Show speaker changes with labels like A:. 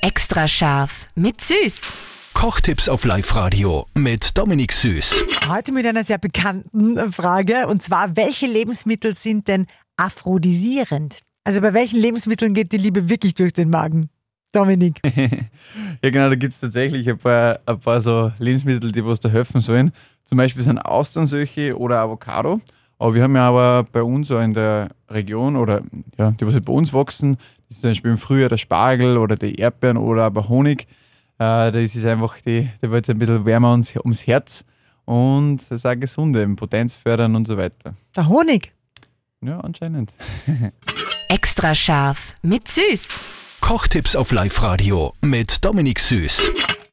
A: Extra scharf mit Süß.
B: Kochtipps auf Live-Radio mit Dominik Süß.
C: Heute mit einer sehr bekannten äh, Frage und zwar, welche Lebensmittel sind denn aphrodisierend? Also bei welchen Lebensmitteln geht die Liebe wirklich durch den Magen? Dominik.
D: Ja, genau, da gibt es tatsächlich ein paar, ein paar so Lebensmittel, die was da helfen sollen. Zum Beispiel sind Austernsöche oder Avocado. Aber wir haben ja aber bei uns auch in der Region oder ja, die, was halt bei uns wachsen, das ist zum Beispiel im Frühjahr der Spargel oder die Erdbeeren oder aber Honig. Äh, da ist es einfach, die, da wird es ein bisschen wärmer ums, ums Herz und das ist auch gesund, eben, Potenz fördern und so weiter.
C: Der Honig.
D: Ja, anscheinend.
A: Extra scharf mit Süß.
B: Kochtipps auf Live-Radio mit Dominik Süß.